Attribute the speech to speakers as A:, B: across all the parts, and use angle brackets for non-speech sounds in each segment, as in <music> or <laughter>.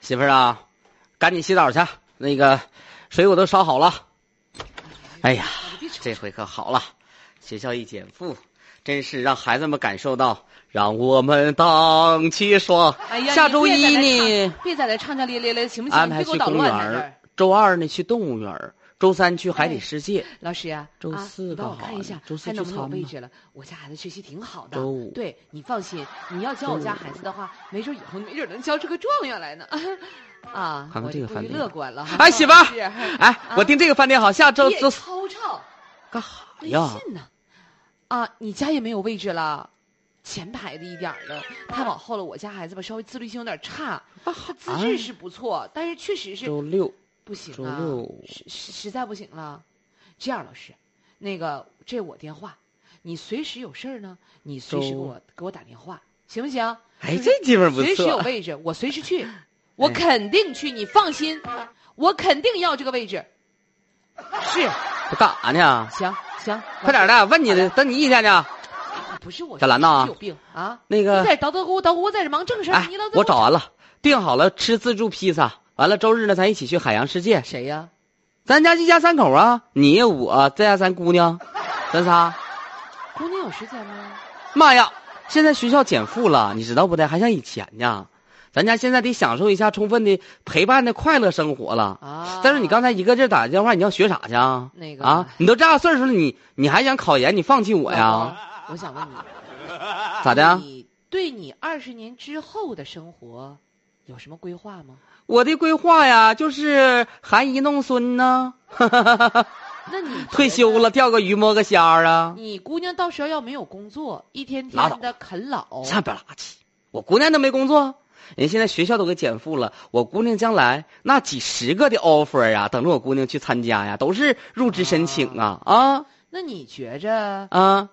A: 媳妇儿啊，赶紧洗澡去，那个水我都烧好了。哎呀，这回可好了，学校一减负，真是让孩子们感受到让我们荡气说。
B: 哎呀，
A: 下周一
B: 你别在那
A: 呢
B: 唱，别在这唱唱咧咧咧，行不行？
A: 安
B: 你
A: 排
B: 别给我
A: 去
B: 捣
A: 公园
B: 乱
A: 儿
B: 呢。这儿，哎
A: 周二呢去动物园儿，周三去海底世界，
B: 老师呀、啊，
A: 周四
B: 帮我
A: 吧好
B: 看一下，
A: 周四
B: 还
A: 聚
B: 能不能有
A: 餐
B: 位
A: 吧
B: 置了？我家孩子学习挺好的。
A: 周五
B: 对你放心，你要教
A: 周
B: 我家
A: 五
B: 孩子的话，没准以后没准能教出个状元来呢。啊，
A: 看看
B: 我
A: 这个
B: 过
A: 饭
B: 于
A: 店
B: 乐观了哈。
A: 哎媳妇儿
B: 是
A: 哎，我订 <laughs> 这个饭店好，下周
B: 别
A: 周四
B: 吵吵
A: 干哈
B: 微
A: 呀？
B: 哎信呢？啊，你家也没有位置了，前排的一点儿的，太往后了。我家孩子吧，稍微自律性有点差，他资质是不错，但是确实是
A: 啊周六
B: 不行
A: 周
B: 啊，
A: 六
B: 实实实在不行了。这样，老师，那个这我电话，你随时有事儿呢，你随时给
A: 周
B: 我给我打电话，行不行？
A: 哎，
B: 就是
A: 这地方不
B: 随时有
A: 错。
B: 位置，我随
A: <laughs>
B: 时去，我肯定去，你放心，我肯定要这个位置。是，
A: 这干啥呢？
B: 行行，
A: 快点儿的，问你呢，等你意见呢。
B: 不是我，
A: 小兰呐
B: 是有病啊！
A: 那个
B: 你在这叨叨咕叨咕，我在这忙正事儿，
A: 哎
B: 你老，
A: 我找完了，订好了吃自助披萨。完了，周日呢，咱一起去海洋世界。
B: 谁呀？
A: 咱家一家三口啊，你我再加咱姑娘，咱仨。
B: 姑娘有时间吗？
A: 妈呀，现在学校减负了，你知道不的？还像以前呢。咱家现在得享受一下充分的陪伴的快乐生活了。
B: 啊！
A: 再说你刚才一个劲儿打电话，你要学啥去啊？
B: 那个
A: 啊，你都这大岁数了，你你还想考研？你放弃我呀？
B: 老公，我想问你，啊
A: 咋的？啊
B: 你对你二十年之后的生活有什么规划吗？
A: 我的规划呀，就是含饴弄孙呢， <laughs>
B: 那你觉得
A: 退休了，钓个鱼摸个虾儿啊。
B: 你姑娘到时候要没有工作，一天
A: 拉倒
B: 天的啃老，
A: 上边拉去！我姑娘都没工作，人现在学校都给减负了，我姑娘将来那几十个的 offer 啊，等着我姑娘去参加呀，都是入职申请啊啊
B: 那你觉着
A: 啊！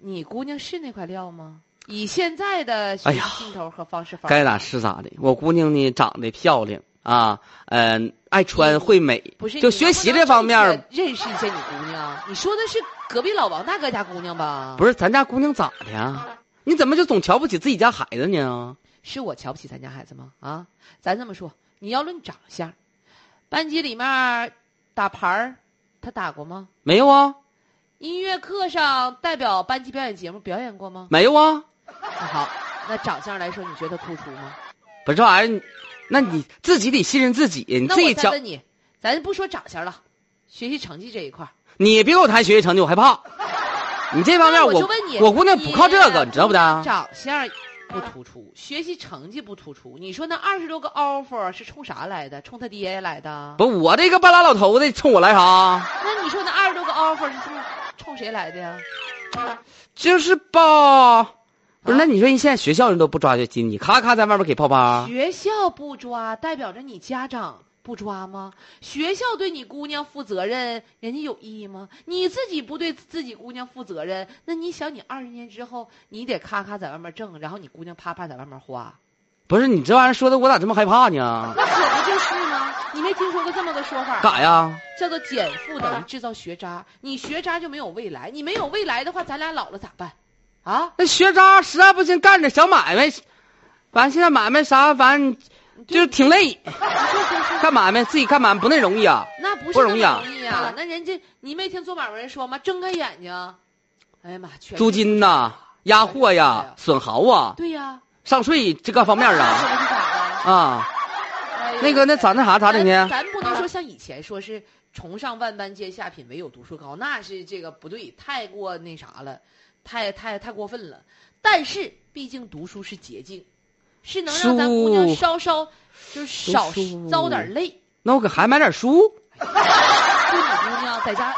B: 你姑娘是那块料吗？以现在的学
A: 哎
B: 习
A: 呀
B: 劲头和方式方法，
A: 该咋是咋的。我姑娘呢，长得漂亮啊，嗯、爱穿会美，
B: 不是
A: 就
B: 你能
A: 学
B: 不
A: 习
B: 能
A: 这方面
B: 正
A: 儿，
B: 确认识一下你姑娘。你说的是隔壁老王大哥家姑娘吧？
A: 不是咱家姑娘咋的呀？你怎么就总瞧不起自己家孩子呢？
B: 是我瞧不起咱家孩子吗？啊，咱这么说，你要论长相，班级里面打牌儿，他打过吗？
A: 没有啊，
B: 音乐课上代表班级表演节目表演过吗？
A: 没有啊。
B: 那好，那长相来说，你觉得突出吗？
A: 不是这玩意儿你，那你自己得信任自己，你
B: 那
A: 自己
B: 我再
A: 瞧。
B: 问你，咱不说长相了，学习成绩这一块儿，
A: 你别给我谈学习成绩，我害怕。你这方面
B: 那
A: 我，
B: 我就问你
A: 我姑娘不靠这个，
B: 你
A: 你知道不的？
B: 长相不突出，学习成绩不突出，你说那二十多个 offer 是冲啥来的？冲他爹来的？
A: 不，我这个半拉老头子冲我来啥？
B: 那你说那二十多个 offer 是冲冲谁来的呀？
A: 就是吧，不是？
B: 啊
A: 那你说人现在学校人都不抓学心，你咔咔在外面给泡吧？
B: 学校不抓，代表着你家长不抓吗？学校对你姑娘负责任，人家有意义吗？你自己不对自己姑娘负责任，那你想，你二十年之后，你得咔咔在外面挣，然后你姑娘啪啪在外面花，
A: 不是你这玩意儿说的，我咋这么害怕呢？
B: 那可不就是吗？你没听说过这么个说法
A: 干啥呀？
B: 叫做减负等于制造学渣，你学渣就没有未来，你没有未来的话，咱俩老了咋办？啊？
A: 那学渣实在不行干点小买卖，反正现在买卖啥，反正就是挺累，干买卖自己干买卖不那容易啊。
B: 那不是
A: 不
B: 那么
A: 容易啊
B: 容易啊！那人家你没听做买卖人说吗？睁开眼睛，哎呀妈，全是
A: 租金呐、压货呀、损耗啊、
B: 对呀、
A: 上税这个方面
B: 那
A: 啊
B: 可不是咋的？
A: 啊，
B: 哎呦
A: 那个那咋那啥咋整
B: 咱
A: 呢？
B: 咱不能说像以前说是崇尚万般皆下品，唯有读书高，那是这个不对，太过那啥了，太太太过分了。但是毕竟读书是捷径，是能让咱姑娘
A: 书
B: 稍稍就是少
A: 读书
B: 遭点累。
A: 那我给孩子买点书，
B: 就你姑娘在家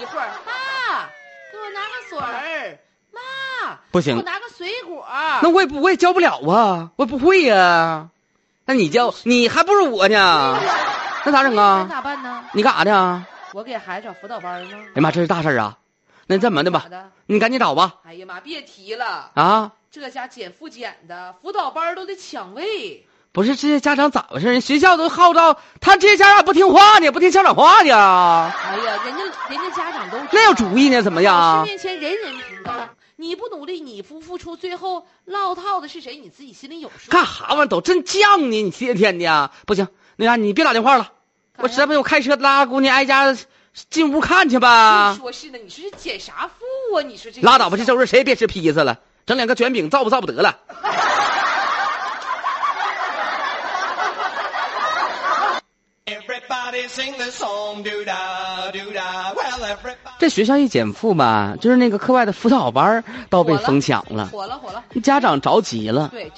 B: 一会儿，妈，给我拿个水儿，妈，
A: 不
B: 给
A: 行
B: 我，拿个水果儿。
A: 那我也不我也教不了啊，我也不会呀、那你教你还不如我呢，那咋整
B: 那
A: 啊？
B: 咋办呢？
A: 你干啥呢？
B: 我给孩子找辅导班儿呢
A: 哎。呀妈，这是大事儿啊！那这么的吧
B: 咋，的？
A: 你赶紧找吧
B: 哎呀妈，别提了，
A: 啊！
B: 这家减负减的辅导班儿都得抢位。
A: 不是这些家长咋回事？人学校都号召他这些家长不听话呢，不听校长话呢，
B: 哎呀，人家人家家长都知
A: 那有
B: 道
A: 主意呢？怎么
B: 老
A: 样
B: 师？面前人人平等，你不努力，你不付出，最后落套的是谁？你自己心里有数。
A: 干啥玩意儿都真犟呢？你天天的不行，那啥你别打电话了，我实在不行我开车拉姑娘挨家进屋看去
B: 啊！
A: 吧
B: 你。说是呢，你说是减啥负啊？你说这
A: 拉倒吧，这周日谁也别吃披萨了，整两个卷饼造不造不得了。
C: Everybody sing the song, doo da, doo da. Well, everybody.
A: 这学校一减负吧，就是那个课外的辅导班儿倒被
B: 火了
A: 疯抢了，
B: 火了火了，
A: 家长着急了。
B: 对。